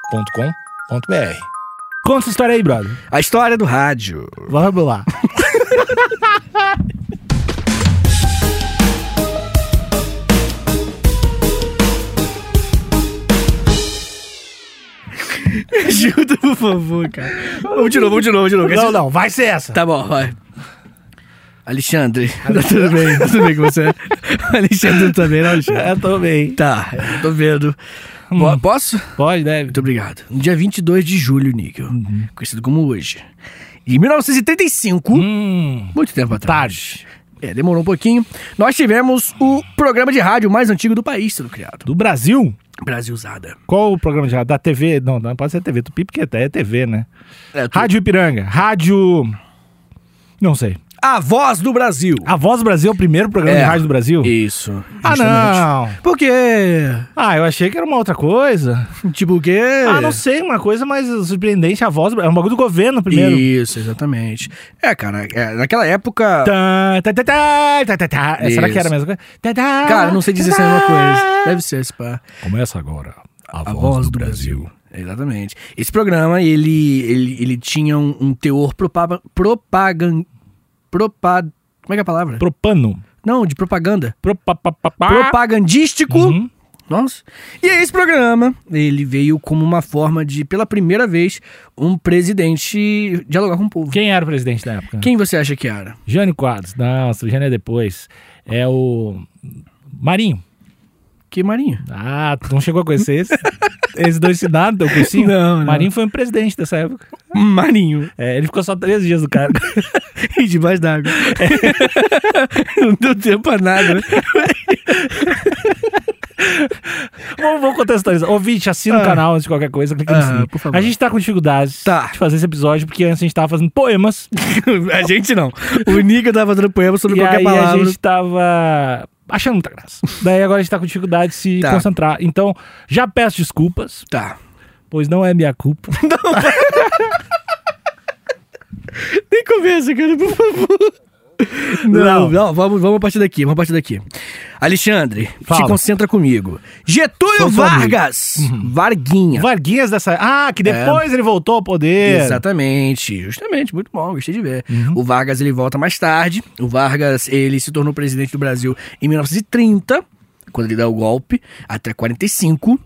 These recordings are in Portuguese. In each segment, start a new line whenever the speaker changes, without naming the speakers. agenciadepodcast.com.br.
Conta essa história aí, brother.
A história do rádio.
Vamos lá.
Ajuda, por favor, cara. Vamos de novo, vamos de novo, vamos de novo.
Não, não, vai ser essa.
Tá bom, vai. Alexandre. Tá tudo bem, tá tudo bem com você? Alexandre também, não, Alexandre?
Eu tô bem.
Tá, eu tô vendo. Bo- Posso?
Pode, deve.
Muito obrigado. No dia 22 de julho, Níquel. Conhecido como hoje. Em 1935,
Hum.
muito tempo atrás.
Tarde.
É, demorou um pouquinho. Nós tivemos o programa de rádio mais antigo do país sendo criado.
Do Brasil?
Brasilzada.
Qual o programa de rádio? Da TV? Não, não pode ser TV Tupi, porque até é TV, né?
É, tu-
Rádio Ipiranga. Rádio. Não sei.
A Voz do Brasil.
A Voz do Brasil é o primeiro programa
É.
de rádio do Brasil?
Isso.
Ah, não.
Por quê?
Ah, eu achei que era uma outra coisa.
Tipo o quê?
Ah, não sei, uma coisa mais surpreendente. A voz. do- É um bagulho do governo primeiro.
Isso, exatamente. É, cara, é, naquela época.
Tá, tá, tá, tá, tá, tá, tá. É, Será que era a mesma coisa? Tá, tá,
Cara, eu não sei dizer se é a mesma
tá,
coisa. Deve ser esse pá.
Começa agora. A,
A voz do Brasil. Exatamente. Esse programa, ele, ele, ele tinha um, um teor propaganda. Propagan, propa, como é que é a palavra?
Propano.
Não, de propaganda.
Propapapapá.
Propagandístico.
Ah. Uhum.
Nossa. E aí, esse programa, ele veio como uma forma de, pela primeira vez, um presidente dialogar com o povo.
Quem era o presidente da época?
Quem você acha que era?
Jânio Quadros. Nossa, o Jânio é depois. É o. Marinho.
Que Marinho?
Ah, tu não chegou a conhecer esse? Eles dois se dão, teu cursinho?
Não, não.
Marinho foi um presidente dessa época.
Marinho.
É, ele ficou só três dias do cara.
E debaixo d'água. Não deu tempo pra nada, né?
vamos, vamos contextualizar. Ouvinte, assina
Ah.
o canal antes de qualquer coisa, clica
Ah,
no sininho.
por favor.
A gente tá com dificuldades
Tá.
de fazer esse episódio, porque antes a gente tava fazendo poemas.
A gente não. O Nico tava fazendo poema sobre
e
qualquer
aí
palavra.
a gente tava achando muita graça. Daí agora a gente tá com dificuldade de se
Tá.
concentrar. Então, já peço desculpas,
Tá.
pois não é minha culpa.
Nem começa, cara, por favor. Não,
Não.
não, vamos, vamos a partir daqui, vamos a partir daqui. Alexandre, se
Fala.
concentra comigo. Getúlio
Sou seu amigo.
Vargas! Varguinha.
Varguinhas dessa... Ah,
É.
que depois ele voltou ao poder.
Exatamente, justamente, muito bom, gostei de ver. O Vargas ele volta mais tarde. O Vargas ele se tornou presidente do Brasil em 1930, quando ele dá o golpe, até 45.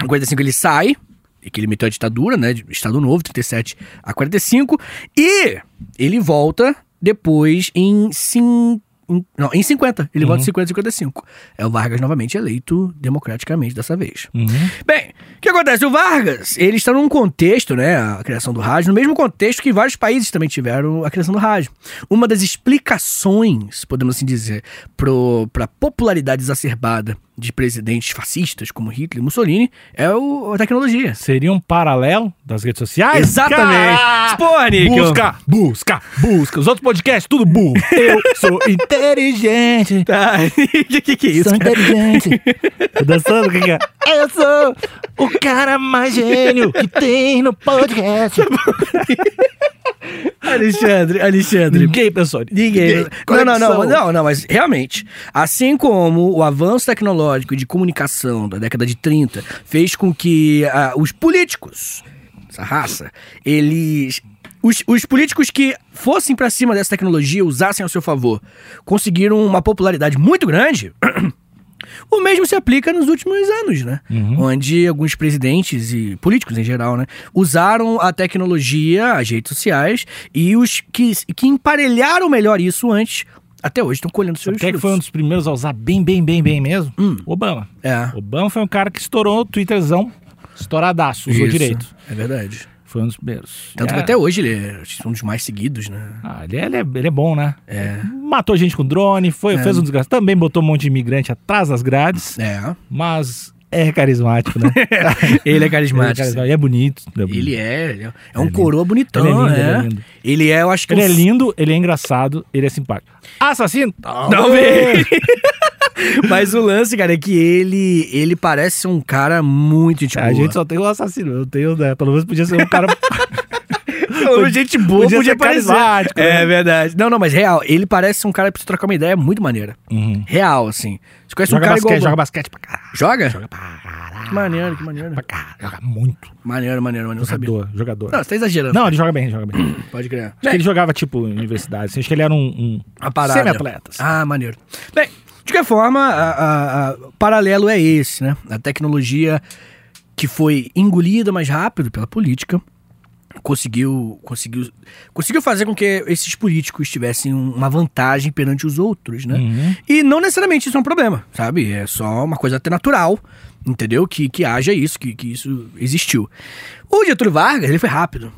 Em 45 ele sai, e que ele meteu a ditadura, né, de Estado Novo, 37 a 45, e ele volta depois em cin- em- Não, em 50. Ele volta em 50 e 55. É o Vargas novamente eleito democraticamente dessa vez.
Uhum.
Bem, o que acontece? O Vargas, ele está num contexto, né, a criação do rádio, no mesmo contexto que vários países também tiveram a criação do rádio. Uma das explicações, podemos assim dizer, para a popularidade exacerbada de presidentes fascistas como Hitler e Mussolini é o- a tecnologia.
Seria um paralelo das redes sociais? Caraca!
Pô, Nico.
Busca, busca, busca. Os outros podcasts, tudo burro. Eu sou inteligente.
Tá, que que que é isso?
Sou
cara?
inteligente. Tô dançando, o que que é? Eu sou o cara mais gênio que tem no podcast.
Alexandre, Alexandre.
Ninguém pensou nisso.
Ninguém. Não, não, não,
Conexão.
não, não, mas realmente, assim como o avanço tecnológico e de comunicação da década de 30 fez com que ah, os políticos, essa raça, eles. Os, os políticos que fossem pra cima dessa tecnologia, usassem ao seu favor, conseguiram uma popularidade muito grande. O mesmo se aplica nos últimos anos, né?
Uhum.
Onde alguns presidentes e políticos em geral, né, usaram a tecnologia, as redes sociais e os que, que emparelharam melhor isso antes, até hoje estão colhendo seus
Sabe quem é que
frutos.
foi um dos primeiros a usar bem, bem, bem, bem mesmo? Obama.
É.
Obama foi um cara que estourou o Twitterzão, estouradaço, usou
Isso,
direito.
É verdade.
Foi um dos primeiros.
Tanto
E
que
é-
até hoje ele é um dos mais seguidos, né?
Ah, ele, é- ele é, ele é bom, né? Matou gente com drone, foi, fez um desgaste. Também botou um monte de imigrante atrás das grades,
É.
mas é carismático, né?
Ele é
Ele é,
carismático.
carismático, ele é bonito. Ele é, bonito.
Ele é, ele é, é um coroa bonitão,
Ele é lindo,
né?
ele é lindo.
Ele é, eu acho que
Ele é
um-
lindo, ele é engraçado, ele é simpático. Assassino?
Talvez. Mas o lance, cara, é que ele ele parece ser um cara muito gente
A
boa.
gente só tem um assassino, eu tenho, né? Pelo menos podia ser um cara
Como gente boa
podia
podia,
ser
aparecer.
carismático, né?
É verdade. Não, não, mas real, ele parece ser um cara pra você trocar uma ideia muito maneira.
Uhum.
Real, assim. Você conhece
Joga
um cara
basquete,
igual...
joga basquete pra caralho.
Joga?
Joga pra caralho.
Que maneiro, que maneiro.
Pra caralho. Joga muito.
Maneiro, maneiro, maneiro. Não sabia.
Jogador, jogador.
Não, você tá exagerando.
Não, ele joga bem, ele joga bem. Acho
Pode crer.
que ele jogava, tipo, em universidade. assim. Acho que ele era um, um
A parada.
semi-atleta. assim.
Ah, maneiro. Bem, de qualquer forma, a- a- a- o paralelo é esse, né? A tecnologia que foi engolida mais rápido pela política conseguiu, conseguiu, conseguiu fazer com que esses políticos tivessem um- uma vantagem perante os outros, né?
Uhum.
E não necessariamente isso é um problema, sabe? É só uma coisa até natural, entendeu? Que, que haja isso, que, que isso existiu. O Getúlio Vargas, ele foi rápido.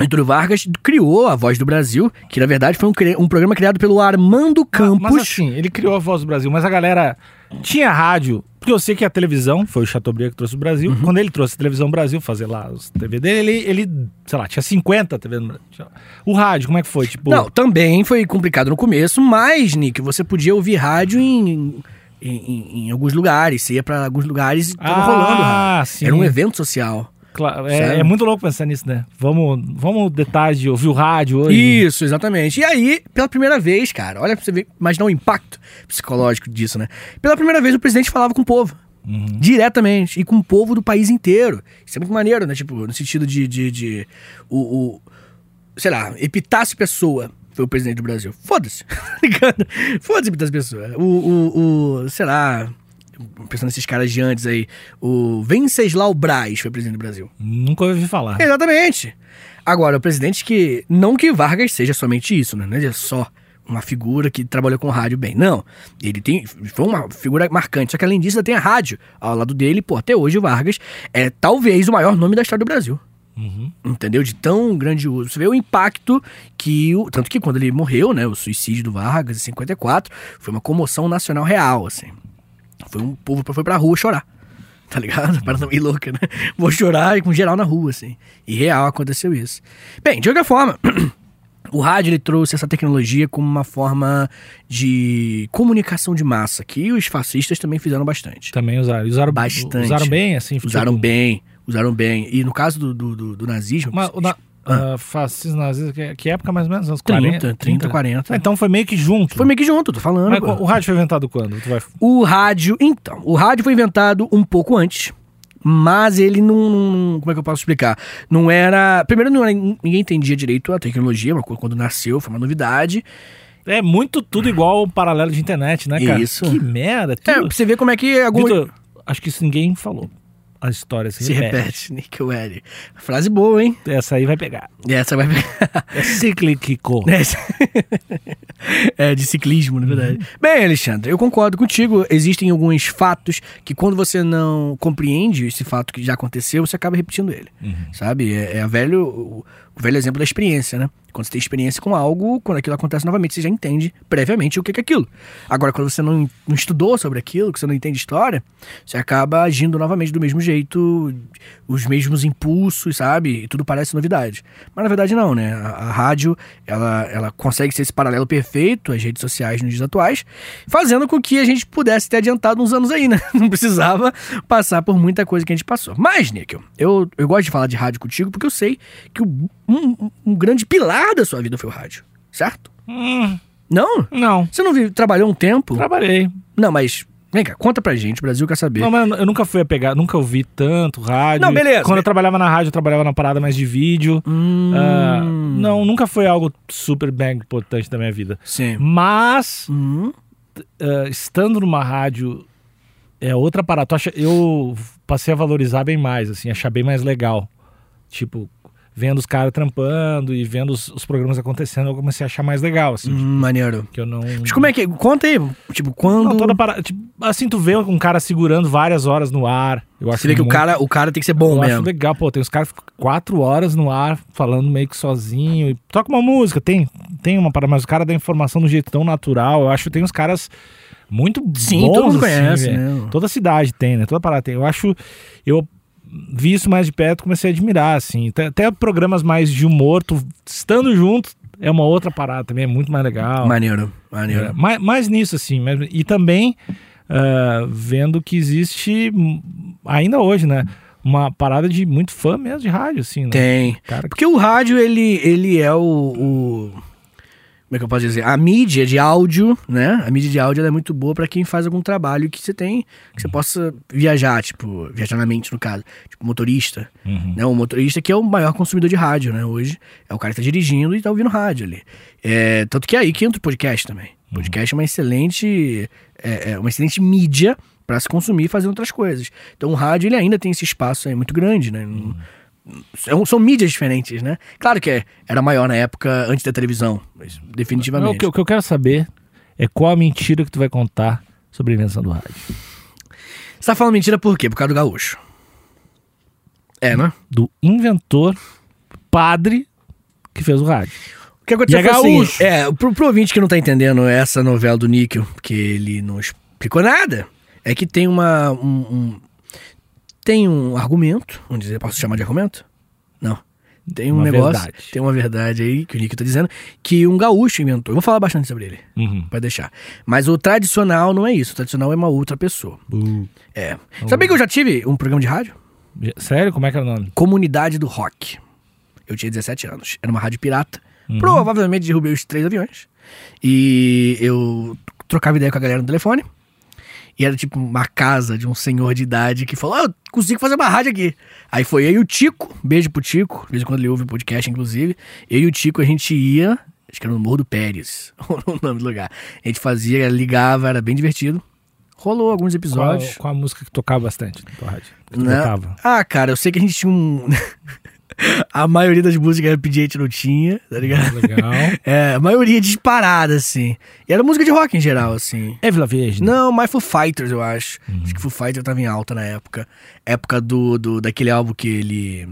Getúlio Vargas criou a Voz do Brasil, que na verdade foi um, cri- um programa criado pelo Armando Campos.
Mas assim, ele criou a Voz do Brasil, mas a galera tinha rádio, porque eu sei que a televisão, foi o Chateaubriand que trouxe o Brasil, quando ele trouxe a televisão ao Brasil, fazer lá os TV dele, ele, ele, sei lá, tinha 50 TV no Brasil. O rádio, como é que foi? Tipo,
Não, também foi complicado no começo, mas, Nick, você podia ouvir rádio em, em, em- em alguns lugares. Você ia pra alguns lugares e tava
Ah,
rolando rádio.
sim.
Era um evento social.
cla- é,
sério?
é muito louco pensar nisso, né? Vamos, vamos de tarde ouvir o rádio hoje.
Isso, exatamente. E aí, pela primeira vez, cara, olha pra você ver, imaginar o impacto psicológico disso, né? Pela primeira vez, o presidente falava com o povo. Diretamente. E com o povo do país inteiro. Isso é muito maneiro, né? Tipo, no sentido de. de, de- o, o- sei lá, Epitácio Pessoa foi o presidente do Brasil. Foda-se. Tá Ligado? Foda-se Epitácio Pessoa. O, o, o. Sei lá. Pensando nesses caras de antes aí. O Venceslau Braz foi presidente do Brasil.
Nunca ouvi falar.
Exatamente. Agora, o presidente que. Não que Vargas seja somente isso, né? Não é só uma figura que trabalhou com rádio bem. Não. Ele tem. Foi uma figura marcante. Só que além disso, ainda tem a rádio ao lado dele, pô, até hoje o Vargas é talvez o maior nome da história do Brasil.
Uhum.
Entendeu? De tão grandioso. Você vê o impacto que. O, tanto que quando ele morreu, né? O suicídio do Vargas em 54, foi uma comoção nacional real, assim. Foi um povo pra- foi pra rua chorar. Tá ligado? Para não ir louca, né? Vou chorar com geral na rua, assim. E real aconteceu isso. Bem, de qualquer forma, o rádio ele trouxe essa tecnologia como uma forma de comunicação de massa, que os fascistas também fizeram bastante.
Também usaram. Usaram
Bastante.
Usaram bem, assim.
Usaram
tipo,
bem, usaram bem. E no caso do, do, do- do nazismo.
Mas, o na, ah, fascismo nazista, que, que época mais ou menos? Anos
30,
40,
30, 40.
Ah, Então foi meio que junto.
Foi meio que junto, tô falando.
Mas
pô.
o rádio foi inventado quando? Tu vai-
O rádio, então, o rádio foi inventado um pouco antes, mas ele não, não- como é que eu posso explicar? Não era, primeiro não era- ninguém entendia direito a tecnologia, uma coisa- quando nasceu foi uma novidade.
É muito tudo igual o paralelo de internet, né, cara?
Isso.
Que merda.
É,
Tudo...
pra você ver como é que algum
Vitor, acho que isso ninguém falou. A história se,
se
repete.
repete, Nickelwell. Frase boa, hein?
Essa aí vai pegar.
E Essa vai pegar.
É cíclico.
Essa- é, de ciclismo, na verdade. Bem, Alexandre, eu concordo contigo. Existem alguns fatos que quando você não compreende esse fato que já aconteceu, você acaba repetindo ele. Sabe? É, é a velho, o, o velho exemplo da experiência, né? Quando você tem experiência com algo, quando aquilo acontece novamente, você já entende previamente o que que é aquilo. Agora, quando você não, não estudou sobre aquilo, que você não entende história, você acaba agindo novamente do mesmo jeito, os mesmos impulsos, sabe? E tudo parece novidade. Mas na verdade não, né? A, a rádio, ela, ela consegue ser esse paralelo perfeito às redes sociais nos dias atuais, fazendo com que a gente pudesse ter adiantado uns anos aí, né? Não precisava passar por muita coisa que a gente passou. Mas, Níquel, eu, eu gosto de falar de rádio contigo porque eu sei que o- um, um grande pilar da sua vida foi o rádio, certo?
Hum,
Não?
não.
Você não vive- trabalhou um tempo?
Trabalhei.
Não, mas vem cá, conta pra gente, o Brasil quer saber.
Não, mas eu nunca fui a pegar, nunca ouvi tanto rádio.
Não, beleza.
Quando
Be-
eu trabalhava na rádio, eu trabalhava na parada mais de vídeo.
Hum,
Ah, não, nunca foi algo super mega importante da minha vida.
Sim.
Mas
Hum.
eh, estando numa rádio é outra parada. Tu acha- eu passei a valorizar bem mais, assim, achar bem mais legal. Tipo, vendo os caras trampando e vendo os, os programas acontecendo, eu comecei a achar mais legal, assim.
Hum, maneiro.
Que eu não.
Mas como é que. Conta aí, tipo, quando.
Não, toda parada. tipo, assim, tu vê um cara segurando várias horas no ar. Eu acho
Você vê que o
muito-
cara, o cara tem que ser bom
eu acho
mesmo.
legal, pô, tem os caras que ficam quatro horas no ar falando meio que sozinho e toca uma música, tem, tem uma parada, mas o cara dá informação de um jeito tão natural, eu acho que tem uns caras muito
Sim,
bons,
todo mundo
assim,
conhece,
velho.
né?
Toda cidade tem, né? Toda parada tem. Eu acho, eu vi isso mais de perto, comecei a admirar, assim, até, até programas mais de humor, tu estando junto é uma outra parada também, é muito mais legal.
Maneiro, maneiro.
É, mais, mais nisso, assim. mas- e também ah, vendo que existe, hum, ainda hoje, né? uma parada de muito fã mesmo de rádio, assim, né?
Tem.
Cara,
Porque o rádio, ele, ele é o, o- Como é que eu posso dizer? A mídia de áudio, né? A mídia de áudio ela é muito boa pra quem faz algum trabalho que você tem, que você possa viajar, tipo, viajar na mente, no caso. Tipo, motorista.
Uhum.
Né? O motorista que é o maior consumidor de rádio, né? Hoje é o cara que tá dirigindo e tá ouvindo rádio ali. É, tanto que é aí que entra o podcast também.
Uhum.
O podcast é uma excelente. É, é uma excelente mídia pra se consumir e fazer outras coisas. Então o rádio ele ainda tem esse espaço aí muito grande, né? Não-
Uhum.
são, são mídias diferentes, né? Claro que é, era maior na época antes da televisão, mas
Não, é o,
definitivamente.
que, o que eu quero saber é qual a mentira que tu vai contar sobre a invenção do rádio.
Você tá falando mentira por quê? Por causa do gaúcho. É, né?
Do inventor, padre, que fez o rádio.
O que aconteceu
E é
foi assim,
gaúcho.
é, pro, pro ouvinte que não tá entendendo essa novela do Níquel, porque ele não explicou nada, é que tem uma... um- um- tem um argumento, vamos dizer, posso chamar de argumento? Não. Tem um
Uma
negócio,
verdade.
tem uma verdade aí que o Níquel tá dizendo, que um gaúcho inventou. Eu vou falar bastante sobre ele.
Uhum.
Vai deixar. Mas o tradicional não é isso. O tradicional é uma outra pessoa.
Uh.
É. Sabia que eu já tive um programa de rádio?
Já- Sério? Como é que era o nome?
Comunidade do Rock. Eu tinha 17 anos. Era uma rádio pirata. Provavelmente derrubei os três aviões. E eu trocava ideia com a galera no telefone. E era tipo uma casa de um senhor de idade que falou: ah, eu consigo fazer uma rádio aqui. Aí foi eu e o Tico, beijo pro Tico, de vez em quando ele ouve o podcast, inclusive. Eu e o Tico, a gente ia, acho que era no Morro do Pérez, o nome do lugar. A gente fazia, ligava, era bem divertido. Rolou alguns
Qual,
episódios.
qual a música que tocava bastante no teu rádio? Que tu
Né?
botava?
Ah, cara, eu sei que a gente tinha um. a maioria das músicas era pedir, a gente não tinha, tá ligado?
Legal.
É, a maioria disparada, assim. E era música de rock em geral, assim.
Evila É Verde. né?
Não, mais Foo Fighters, eu acho. Acho que Foo Fighters tava em alta na época. Época do, do daquele álbum que ele.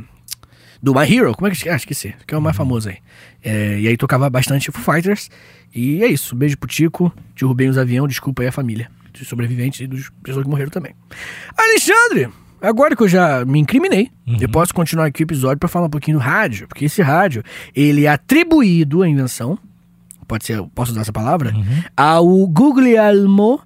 Do My Hero, como é que. Ah, esqueci. Que é o mais famoso aí. É, e aí tocava bastante Foo Fighters. E é isso. Beijo pro Tico. Derrubei os aviões, desculpa aí a família. Dos sobreviventes e dos pessoas que morreram também. Alexandre! Agora que eu já me incriminei, eu posso continuar aqui o episódio pra falar um pouquinho do rádio. Porque esse rádio, ele é atribuído à invenção pode ser, posso usar essa palavra? Ao Guglielmo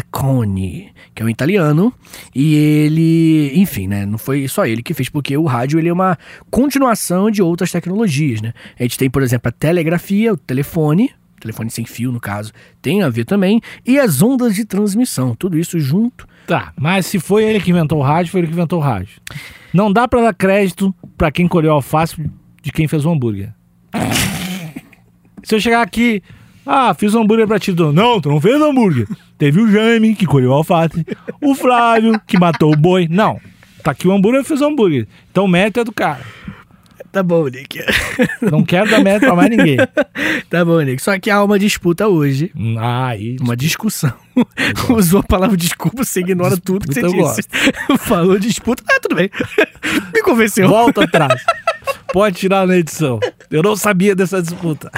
Marconi, que é um italiano, e ele, enfim, né, não foi só ele que fez, porque o rádio ele é uma continuação de outras tecnologias, né? A gente tem, por exemplo, a telegrafia, o telefone, telefone sem fio no caso, tem a ver também, e as ondas de transmissão, tudo isso junto.
Tá, mas se foi ele que inventou o rádio, foi ele que inventou o rádio. Não dá pra dar crédito pra quem colheu o alface de quem fez o hambúrguer. se eu chegar aqui, ah, fiz um hambúrguer pra ti, tu- não, tu não fez hambúrguer. Teve o Jaime, que colheu o alface, o Flávio, que matou o boi. Não, tá aqui o hambúrguer, eu fiz o hambúrguer. Então o mérito é do cara.
Tá bom, Nick.
Não quero dar mérito pra mais ninguém.
tá bom, Nick. Só que há uma disputa hoje,
Hum, Ah, e
uma discussão. Usou a palavra desculpa, você ignora tudo que você
Então eu
disse. Falou disputa, ah, tudo bem. Me convenceu.
volta atrás. Pode tirar na edição. Eu não sabia dessa disputa.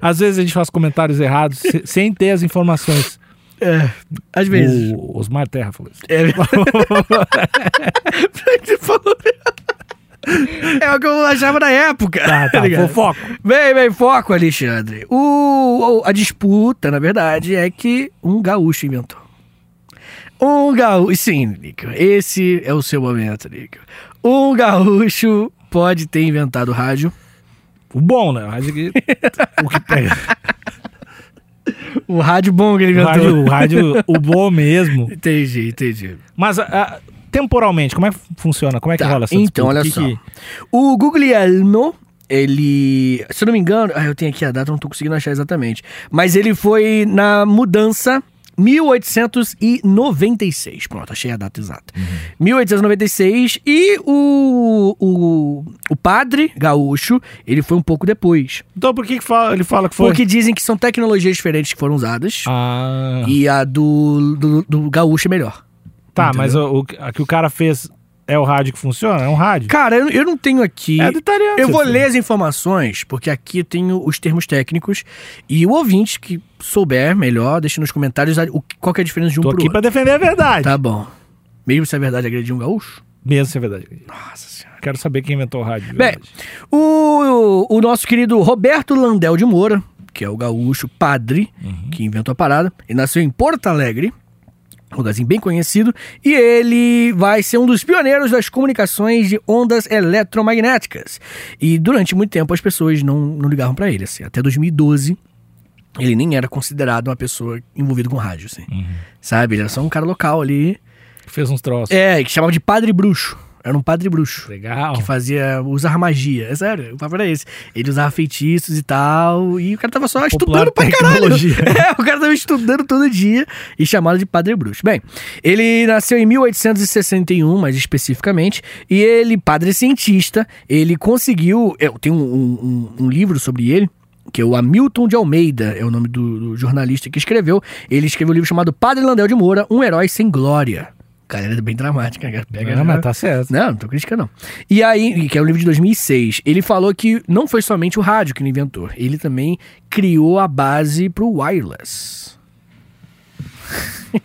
Às vezes a gente faz comentários errados se- sem ter as informações.
É, às vezes.
O Osmar Terra falou isso.
É, Você falou- É o que eu achava na época.
Tá, tá,
ligado?
fofoco.
Bem, bem, foco, Alexandre. O, o- a disputa, na verdade, é que um gaúcho inventou. Um gaúcho. Sim, Nico. Esse é o seu momento, Nico. Um gaúcho pode ter inventado rádio.
O bom, né? Mas é que- o que pega.
O rádio bom que ele
O
inventou.
rádio, o rádio, o bom mesmo.
Entendi, entendi.
Mas ah, ah, temporalmente, como é que funciona? Como é que
Tá,
rola essa
então,
disputa?
olha
Que
só.
que-
O Guglielmo, ele. Se eu não me engano. Ah, eu tenho aqui a data, não tô conseguindo achar exatamente. Mas ele foi na mudança. 1896, pronto, achei a data exata.
Uhum.
1896 e o, o, o padre gaúcho, ele foi um pouco depois.
Então por que, que fala- ele fala que foi?
Porque dizem que são tecnologias diferentes que foram usadas
Ah,
e a do, do, do gaúcho é melhor.
tá, mas o, o, a que o cara fez é o rádio que funciona? É um rádio?
Cara, eu, eu não tenho aqui.
é do italiano.
Eu
seu
vou
filho.
ler as informações, porque aqui eu tenho os termos técnicos. E o ouvinte que souber melhor, deixa nos comentários a- o, que- qual que é a diferença de um
Tô
pro
aqui
outro.
pra defender a verdade.
Tá bom. Mesmo se é verdade agredir um gaúcho?
Mesmo se é verdade.
Nossa senhora.
Quero saber quem inventou o rádio. de
Bem,
verdade.
O, o nosso querido Roberto Landel de Moura, que é o gaúcho padre que inventou a parada, ele nasceu em Porto Alegre Rogazinho bem conhecido, e ele vai ser um dos pioneiros das comunicações de ondas eletromagnéticas. E durante muito tempo as pessoas não, não ligavam para ele, assim. Até 2012, ele nem era considerado uma pessoa envolvida com rádio, assim. Sabe? Ele era só um cara local ali.
Fez uns troços.
É, que chamava de padre bruxo. Era um padre bruxo.
Legal.
Que fazia, usava magia. É sério, o papo era esse. Ele usava feitiços e tal. E o cara tava só estudando pra caralho.
tecnologia.
É, o cara tava estudando todo dia e chamado de Padre Bruxo. Bem, ele nasceu em 1861, mais especificamente, e ele, padre cientista, ele conseguiu. Eu tenho um, um- um- um livro sobre ele. Que é o Hamilton de Almeida, é o nome do, do jornalista que escreveu. Ele escreveu um livro chamado Padre Landel de Moura, Um Herói Sem Glória. Cara, ele é bem dramático, né? cara? Pega
Não,
já-
mas tá certo.
não, não tô criticando, não. E aí, que é um livro de 2006, ele falou que não foi somente o rádio que ele inventou, ele também criou a base pro wireless.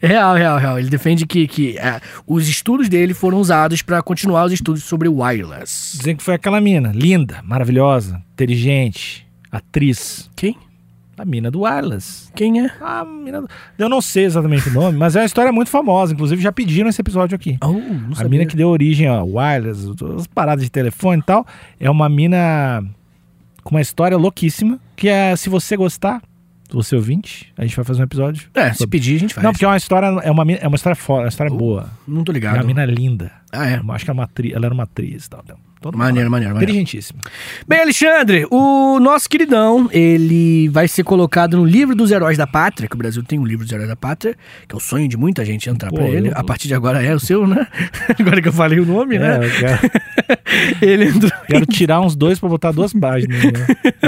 real, real, real. Ele defende que, que ah, os estudos dele foram usados para continuar os estudos sobre wireless.
Dizem que foi aquela mina, linda, maravilhosa, inteligente, atriz.
Quem?
A mina do Wireless.
Quem é?
A mina do... Eu não sei exatamente o nome, mas é uma história muito famosa. Inclusive, já pediram esse episódio aqui.
Oh, não
a mina que deu origem ao wireless, as paradas de telefone e tal, é uma mina com uma história louquíssima, que é, se você gostar, você ouvinte, a gente vai fazer um episódio.
É, se pedir, a gente faz.
Não, porque é uma história, é uma, mina- é uma história foda, é uma história boa.
Não tô
É uma
ligado.
mina linda.
Ah, é.
Eu Acho que ela, é uma atri- ela era uma atriz e tal. então, todo
Maneiro, maneiro, maneiro.
Inteligentíssima.
Bem, Alexandre, o nosso queridão, ele vai ser colocado no livro dos heróis da pátria, que o Brasil tem um livro dos heróis da pátria, que é o sonho de muita gente entrar
Pô,
pra ele.
eu-
A partir de agora é o seu, né? agora que eu falei o nome,
É,
né?
eu quero,
Ele entrou
quero tirar uns dois pra botar duas páginas. né?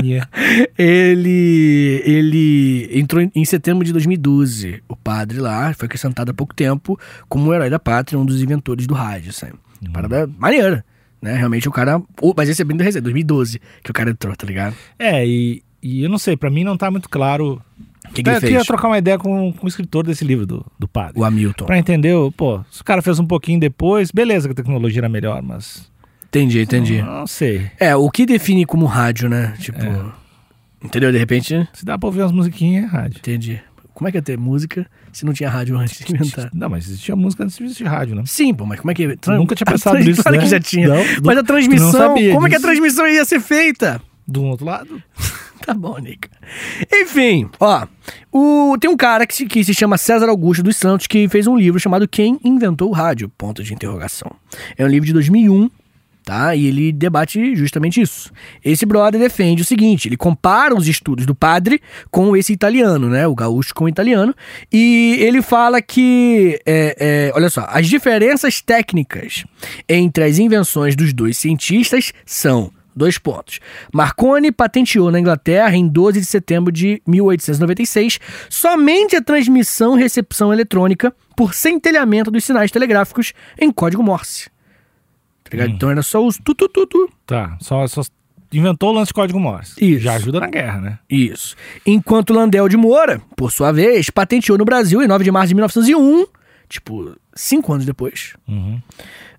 Minha.
ele, ele entrou em- em setembro de 2012. O padre lá foi acrescentado há pouco tempo como um herói da pátria, um dos inventores do rádio, sabe?
Uhum.
Parada maneira, né? Realmente o cara. Oh, mas esse é bem do recente, 2012, que o cara entrou, tá ligado?
É, e, e eu não sei, pra mim não tá muito claro.
O que, que
eu
ele
queria
fez?
trocar uma ideia com, com o escritor desse livro do, do padre.
O Hamilton.
Pra entender, eu, pô, se o cara fez um pouquinho depois, beleza que a tecnologia era melhor, mas.
Entendi, entendi.
Não, não sei.
É, o que define como rádio, né? Tipo.
É.
Entendeu? De repente.
Se dá pra ouvir umas musiquinhas, é rádio.
Entendi. Como é que ia ter música se não tinha rádio antes de inventar?
Não, mas existia música antes de existir rádio, né?
Sim, pô, mas como é que.
Eu nunca tinha pensado nisso.
Claro
né?
que já tinha.
Não,
Mas a transmissão.
sabia
como é que a
disso.
transmissão ia ser feita?
Do um outro lado?
Tá bom, Nica. Enfim, ó. O, tem um cara que se, que se chama César Augusto dos Santos que fez um livro chamado Quem Inventou o Rádio? Ponto de interrogação. É um livro de 2001, tá? E ele debate justamente isso. Esse brother defende o seguinte, ele compara os estudos do padre com esse italiano, né? O gaúcho com o italiano. E ele fala que, é, é, olha só, as diferenças técnicas entre as invenções dos dois cientistas são... Dois pontos. Marconi patenteou na Inglaterra, em 12 de setembro de 1896, somente a transmissão e recepção eletrônica por centelhamento dos sinais telegráficos em código Morse. Tá ligado? Então era só os tu, tu, tu, tu.
Tá, só, só inventou o lance de código Morse.
Isso.
Já ajuda na guerra, né?
Isso. Enquanto Landel de Moura, por sua vez, patenteou no Brasil em 9 de março de 1901, tipo, cinco anos depois,
Uhum.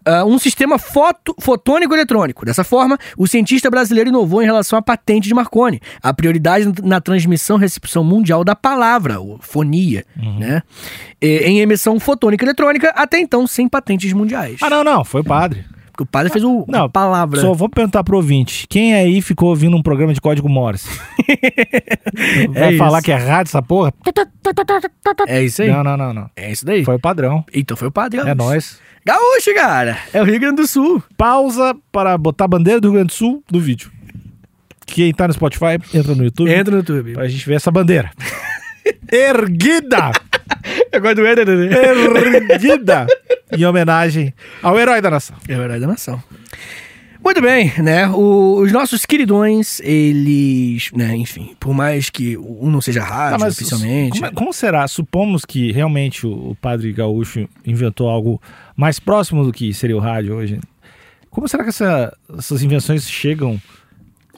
ah, um sistema foto, fotônico eletrônico. Dessa forma, o cientista brasileiro inovou em relação à patente de Marconi, a prioridade na- na transmissão e recepção mundial da palavra, ou fonia,
Uhum.
né? E- em emissão fotônica eletrônica, até então sem patentes mundiais.
Ah, não, não, foi o padre.
Porque o padre fez o
Não,
a palavra.
Só vou perguntar pro ouvinte: quem aí ficou ouvindo um programa de código Morse? Vai
É
falar
isso.
que é rádio essa porra?
É isso aí.
Não, não, não, não.
É isso daí.
Foi o padrão.
Então foi o padre.
É nóis.
Gaúcho, cara. É o Rio Grande do Sul.
pausa para botar a bandeira do Rio Grande do Sul do vídeo. Quem tá no Spotify, entra no YouTube.
Entra no YouTube.
Pra gente ver essa bandeira. Erguida!
Eu gosto do Eder, né?
Erguida! Em homenagem ao herói da nação.
É o herói da nação. Muito bem, né? O- os nossos queridões, eles, né, enfim, por mais que um não seja rádio
Tá, mas
oficialmente.
Como, é- como será? Supomos que realmente o, o padre gaúcho inventou algo mais próximo do que seria o rádio hoje. Como será que essa- essas invenções chegam?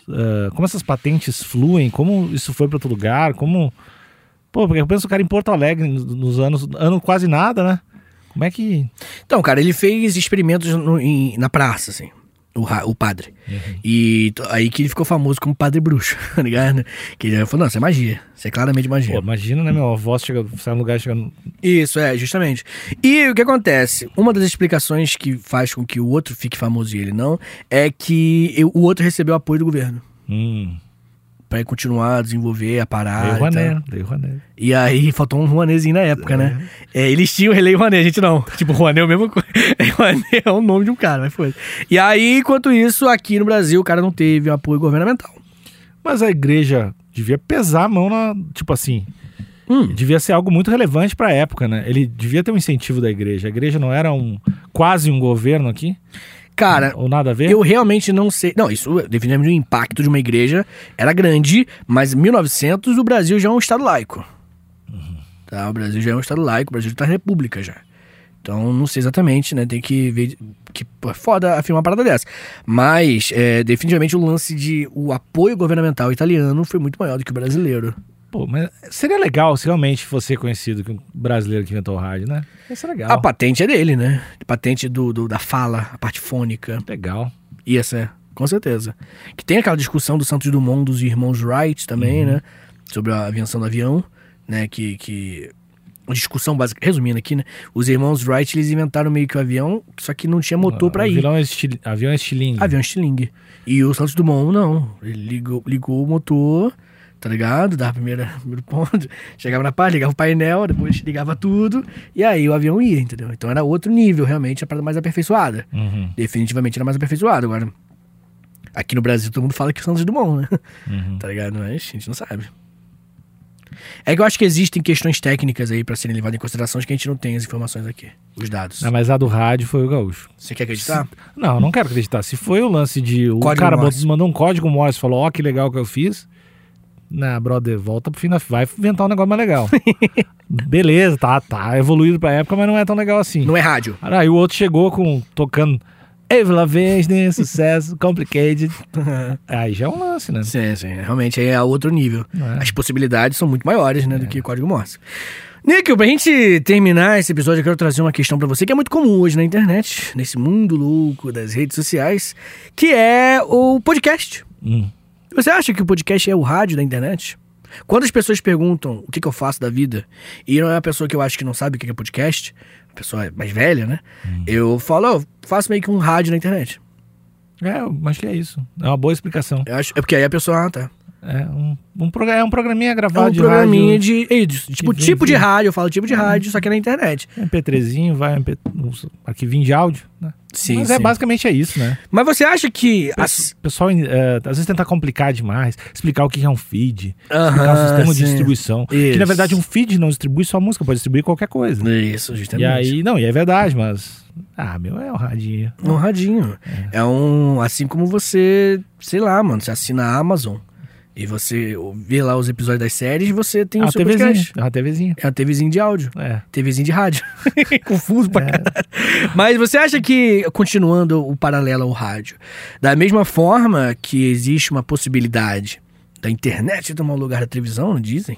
Ah, como essas patentes fluem? Como isso foi para outro lugar? Como. Pô, porque eu penso o cara em Porto Alegre nos, nos anos. Ano quase nada, né? Como é que.
Então, cara, ele fez experimentos no- em- na praça, assim. O, ra- o padre.
Uhum.
E t- aí que ele ficou famoso como padre bruxo, tá ligado? Que ele falou, não, isso é magia. Isso é claramente magia.
Pô, imagina, né, meu? A voz chega, sai num lugar e chega. no-
Isso, é, justamente. E o que acontece? Uma das explicações que faz com que o outro fique famoso e ele não é que eu- o outro recebeu apoio do governo
Hum.
Pra ele continuar a desenvolver a
Dei
parada.
o
e tal.
Juané, dei o Juané.
E aí faltou um Rouanézinho na época, né? É, eles tinham o Relei Rouanet, a gente não. Tipo, Rouanet é a mesma coisa. Rouanet é o nome de um cara, mas foi. E aí, enquanto isso, aqui no Brasil, o cara não teve um apoio governamental.
Mas a igreja devia pesar a mão na. Tipo assim.
Hum.
Devia ser algo muito relevante pra época, né? Ele devia ter um incentivo da igreja. A igreja não era um quase um governo aqui?
Cara,
Ou nada a ver?
eu realmente não sei. Não, isso é definitivamente o impacto de uma igreja era grande, mas em 1900 o Brasil já é um estado laico. Tá, o Brasil já é um estado laico, o Brasil tá república já. Então, não sei exatamente, né? Tem que ver. Que pô, é foda afirmar uma parada dessa. Mas, é, definitivamente, o lance de. O apoio governamental italiano foi muito maior do que o brasileiro.
Pô, mas seria legal se realmente fosse reconhecido que um brasileiro que inventou o rádio, né? Ia ser legal.
A patente é dele, né? A patente do, do- da fala, a parte fônica.
Legal.
E essa é, com certeza. Que tem aquela discussão do Santos Dumont dos irmãos Wright também, né? Sobre a aviação do avião, né? Que. que... uma Discussão básica, resumindo aqui, né? Os irmãos Wright eles inventaram meio que o avião, só que não tinha motor pra ir.
Avião é, estil... Avião é estilingue.
Avião estilingue. E o Santos Dumont não. Ele ligou, ligou o motor, tá ligado? Dava a primeira, primeiro ponto, chegava na parte, ligava o painel, depois ligava tudo, e aí o avião ia, entendeu? Então era outro nível, realmente, a parada mais aperfeiçoada
Uhum,
definitivamente era mais aperfeiçoado. Agora, aqui no Brasil todo mundo fala que é o Santos Dumont, né?
uhum.
Tá ligado? Mas a gente não sabe. É que eu acho que existem questões técnicas aí pra serem levadas em consideração que a gente não tem as informações aqui, os dados.
Não, mas a do rádio foi o gaúcho.
Você quer acreditar?
Não, não quero acreditar. Se foi o lance de. O
Código
cara
Morse.
botou- mandou um código Morse falou: Ó, que legal que eu fiz. Na brother, volta pro fim da. Vai inventar um negócio mais legal. Beleza, tá, tá. Evoluído pra época, mas não é tão legal assim.
Não é rádio.
Aí o outro chegou com. tocando. Evla Vesne, sucesso, complicated. Aí já é um lance, né?
Sim, sim. Realmente aí é outro nível.
Não é?
As possibilidades são muito maiores, né, do que Código Morse. Níquel, pra gente terminar esse episódio, eu quero trazer uma questão pra você que é muito comum hoje na internet, nesse mundo louco das redes sociais, que é o podcast.
Hum.
Você acha que o podcast é o rádio da internet? Quando as pessoas perguntam o que, que eu faço da vida, e não é uma pessoa que eu acho que não sabe o que que é podcast, a pessoa mais velha, né?
Hum.
Eu falo, "Ó, eu faço meio que um rádio na internet.
É, eu acho que é isso. É uma boa explicação.
Eu acho, é porque aí a pessoa, ah, tá.
É um, um, progra- é um programinha
É um
gravado de
programinha
rádio. Hum.
de. é, de- Tipo,
vem
tipo de
vir.
rádio, eu falo tipo de rádio, só que é na internet.
um MP3zinho, vai MP, um arquivinho de áudio, né?
Sim,
Mas é basicamente é isso, né?
Mas você acha que. as-
O pessoal eh, às vezes tenta complicar demais, explicar o que é um feed, explicar
Aham,
o um sistema
Ah, sim.
de distribuição.
Isso.
Que na verdade um feed não distribui só música, pode distribuir qualquer coisa.
Isso,
E
justamente.
aí, não, e é verdade, mas. Ah, meu, é o radinho.
Um radinho. É. um. Assim como você, sei lá, mano, você assina a Amazon e você vê lá os episódios das séries e você tem um
É
o
uma
seu
TVzinha.
podcast.
É uma TVzinha.
É uma TVzinha de áudio.
É.
TVzinha de rádio. Confuso pra
É.
caralho. Mas você acha que, continuando o paralelo ao rádio, da mesma forma que existe uma possibilidade da internet tomar o lugar da televisão, não dizem?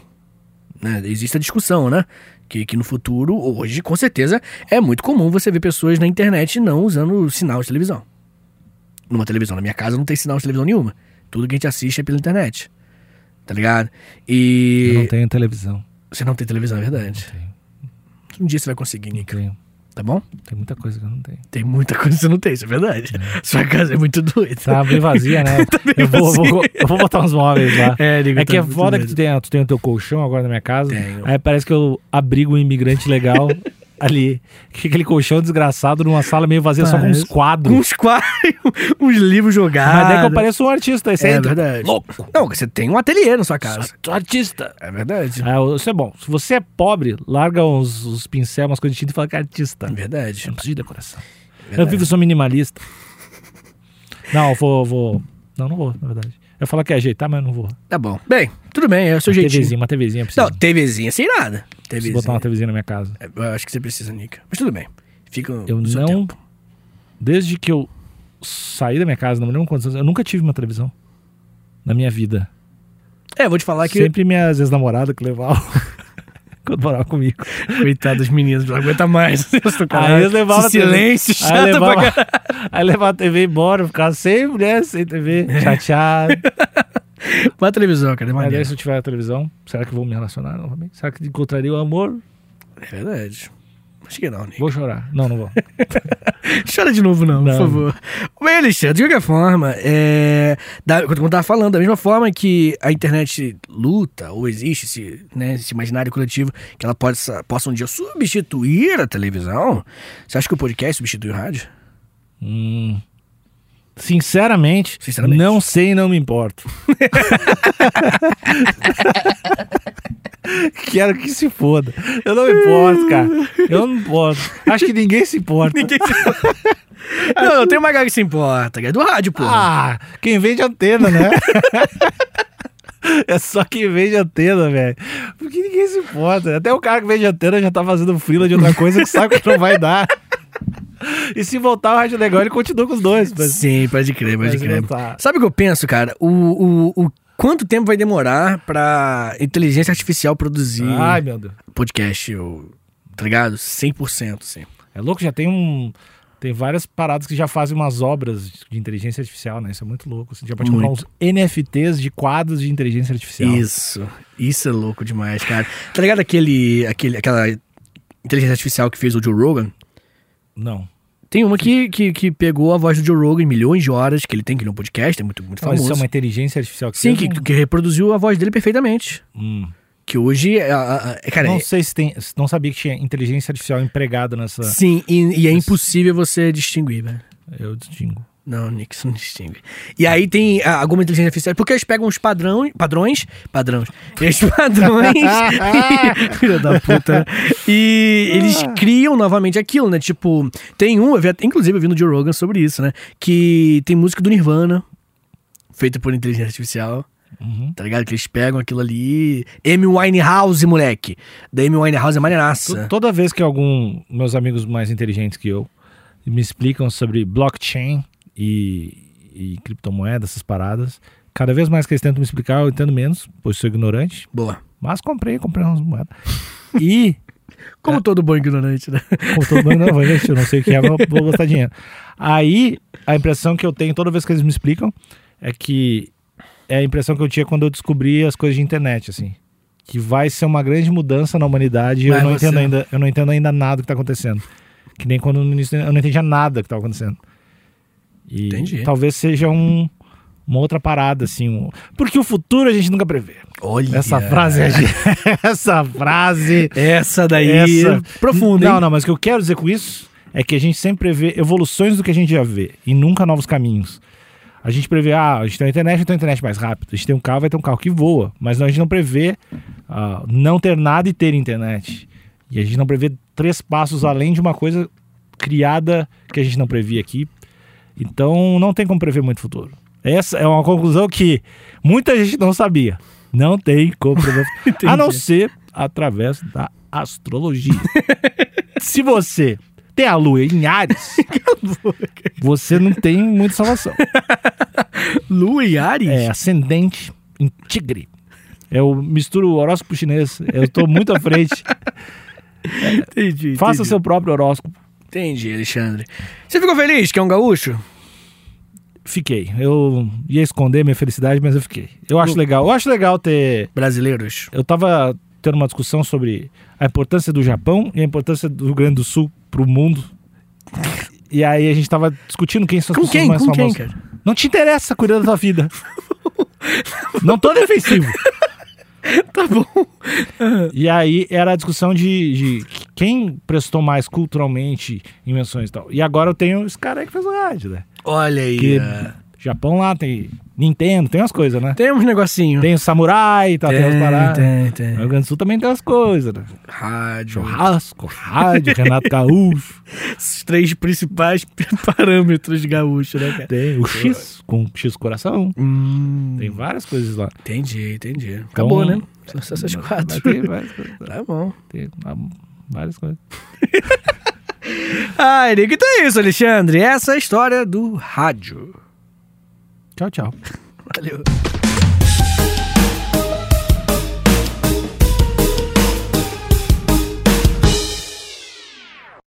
Né? Existe a discussão, né? Que, que no futuro, hoje, com certeza, é muito comum você ver pessoas na internet não usando sinal de televisão. Numa televisão. Na minha casa não tem sinal de televisão nenhuma. Tudo que a gente assiste é pela internet. Tá ligado? E.
Eu não tenho televisão.
Você não tem televisão, é verdade.
Não tenho.
Um dia você vai conseguir,
Não
Nick,
tenho.
tá bom?
Tem muita coisa que eu não tenho.
Tem muita coisa que você não tem, isso é verdade. Sua casa é muito doida.
Tá bem vazia, né? eu, vou, vou- eu vou botar uns móveis lá.
É, Nico,
É que
tá
é
muito
foda que
doido.
tu tem, tu tem o teu colchão agora na minha casa.
Tenho.
Aí parece que eu abrigo um imigrante legal ali. Que aquele colchão desgraçado numa sala meio vazia, só com uns
Parece.
quadros.
Uns quadros, uns livros jogados.
Mas daí que eu pareço um artista. Esse
É
aí,
verdade.
Louco.
Não, você tem um ateliê na sua casa.
Tu é artista.
É verdade.
Ah, isso é bom. Se você é pobre, larga uns, uns pincel, umas coisas de tinta e fala que é artista.
É verdade.
Eu não preciso de decoração. Eu
verdade.
vivo, sou minimalista. Não, eu vou, vou... Não, não vou, na verdade. Eu ia falar que é ajeitar, mas eu não vou.
Tá bom. Bem, tudo bem, é o seu
Uma
jeitinho.
TVzinha, uma TVzinha. eu Preciso,
Não, TVzinha sem nada.
preciso
TVzinha.
botar uma TVzinha na minha casa.
É, Eu acho que você precisa, Nick. Mas tudo bem. Fica o
Eu
seu
não.
tempo.
Desde que eu saí da minha casa, não me lembro quantos anos, eu nunca tive uma televisão na minha vida.
É, eu vou te falar que.
Sempre minhas ex-namoradas que levavam. quando morava comigo.
Coitado dos meninos, não aguenta mais.
Aí eles levavam a TV.
silêncio,
aí
chato pra
levava,
caralho. É.
aí levava a TV embora, eu ficava sem mulher, sem TV, chateado.
Pra televisão, cara, é
Mas aí,
maneiro.
se eu tiver a televisão, será que vou me relacionar novamente? Será que encontraria o amor?
É verdade. Acho que não, né?
Vou chorar. Não, não vou.
Chora de novo, não, por
Não.
favor. Bem, Alexandre, de qualquer forma, é, da, como eu tava falando, da mesma forma que a internet luta, ou existe esse, né, esse imaginário coletivo, que ela possa, possa um dia substituir a televisão, você acha que o podcast substitui o rádio?
Hum. Sinceramente,
Sinceramente.
não sei e não me importo. Quero que se foda. Eu não me importo, cara. Eu não me importo. Acho que ninguém se importa.
não, não, tem uma galera que se importa, que é do rádio, pô.
Ah, quem vende antena, né? É só quem vende antena, velho. Porque ninguém se importa. Até o cara que vende antena já tá fazendo frila de outra coisa que sabe que não vai dar. E se voltar o Rádio Legal, ele continua com os dois. Mas...
Sim, pode crer, pode
Mas
crer.
não tá.
Sabe o que eu penso, cara? O, o, o quanto tempo vai demorar pra inteligência artificial produzir
Ai, meu Deus.
podcast, ou, tá ligado? 100%, assim.
É louco, já tem um. Tem várias paradas que já fazem umas obras de inteligência artificial, né? Isso é muito louco. Assim. Já pode comprar uns
Muito.
NFTs de quadros de inteligência artificial.
Isso, isso é louco demais, cara. Tá ligado aquele, aquele, aquela inteligência artificial que fez o Joe Rogan?
Não.
Tem uma que, que, que pegou a voz do Joe Rogan em milhões de horas, que ele tem, que ele é um podcast, é muito,
Mas
muito famoso.
isso é uma inteligência artificial que
Sim,
fez
que,
um-
que reproduziu a voz dele perfeitamente.
Hum.
Que hoje, é, a- a- é, cara,
Não
é-
sei se tem. se- Não sabia que tinha inteligência artificial empregada nessa.
sim, e, e é impossível você distinguir, velho.
Eu distingo.
Não, Nick, isso não distingue. E aí tem ah, alguma inteligência artificial, porque eles pegam os padrão, padrões, padrões, eles padrões, filha da puta, né? e eles
Ah.
criam novamente aquilo, né? Tipo, tem um, eu vi, até- inclusive eu vi no Joe Rogan sobre isso, né? Que tem música do Nirvana, feita por inteligência artificial,
Uhum.
tá ligado? Que eles pegam aquilo ali, Amy Winehouse, moleque, da Amy Winehouse é
To-
maneiraça.
Toda vez que algum. Meus amigos mais inteligentes que eu me explicam sobre blockchain e, e criptomoedas, essas paradas. Cada vez mais que eles tentam me explicar, eu entendo menos, pois sou ignorante.
Boa.
Mas comprei, comprei umas moedas. E,
Como
É.
todo bom ignorante, né?
como todo mundo, não, gente, eu não sei o que é, mas eu vou gastar dinheiro. Aí, a impressão que eu tenho toda vez que eles me explicam é que é a impressão que eu tinha quando eu descobri as coisas de internet, assim. Que vai ser uma grande mudança na humanidade e eu
Mas
não,
você-
entendo ainda, eu não entendo ainda nada do que tá acontecendo. Que nem quando no início eu não entendia nada do que tava acontecendo. E
Entendi.
talvez seja um- uma outra parada, assim. um- Porque o futuro a gente nunca prevê.
Olha.
Essa frase é. de- Essa frase.
Essa daí, é
Essa-
profunda, hein?
Não, não, mas o que eu quero dizer com isso é que a gente sempre prevê evoluções do que a gente já vê e nunca novos caminhos. A gente prevê, ah, a gente tem a internet, vai ter uma internet mais rápida. A gente tem um carro, vai ter um carro que voa. Mas a gente não prevê ah, não ter nada e ter internet. E a gente não prevê três passos além de uma coisa criada que a gente não previa aqui. Então não tem como prever muito futuro. Essa é uma conclusão que muita gente não sabia. Não tem como prever. a não ser através da astrologia. Se você tem a lua em Ares, você não tem muita salvação.
Lua e Ares?
É ascendente em tigre. Eu misturo o horóscopo chinês. Eu estou muito à frente.
Entendi.
Faça
entendi.
seu próprio horóscopo.
Entendi, Alexandre. Você ficou feliz que é um gaúcho?
Fiquei. Eu ia esconder minha felicidade, mas eu fiquei. Eu acho legal. Eu acho legal ter
Brasileiros.
eu tava tendo uma discussão sobre a importância do Japão e a importância do Rio Grande do Sul pro mundo. E aí a gente tava discutindo quem são as
Com
pessoas
quem?
mais
Com quem,
famosas. Não te interessa cuidar da tua vida. Não tô defensivo.
Tá bom.
E aí era a discussão de, de quem prestou mais culturalmente invenções e tal. E agora eu tenho esse cara aí que fez o rádio, né?
Olha aí.
Que
ah.
Japão lá tem Nintendo, tem umas coisas, né?
Tem uns negocinho.
Tem o samurai e tal, tem, as paradas.
tem,
O
tem.
É. Rio Grande do Sul também tem as coisas, né?
Rádio.
Churrasco, rádio, Renato Gaúcho.
Os três principais parâmetros de gaúcho, né, cara?
Tem o X com X coração.
Hum,
Tem várias coisas lá.
entendi, entendi. Acabou,
Então,
né? São só essas
Mas
quatro.
Tem várias coisas. lá.
Tá bom.
Tem lá várias coisas.
Ai, Nico, então é isso, Alexandre. Essa é a história do rádio.
Tchau, tchau.
Valeu.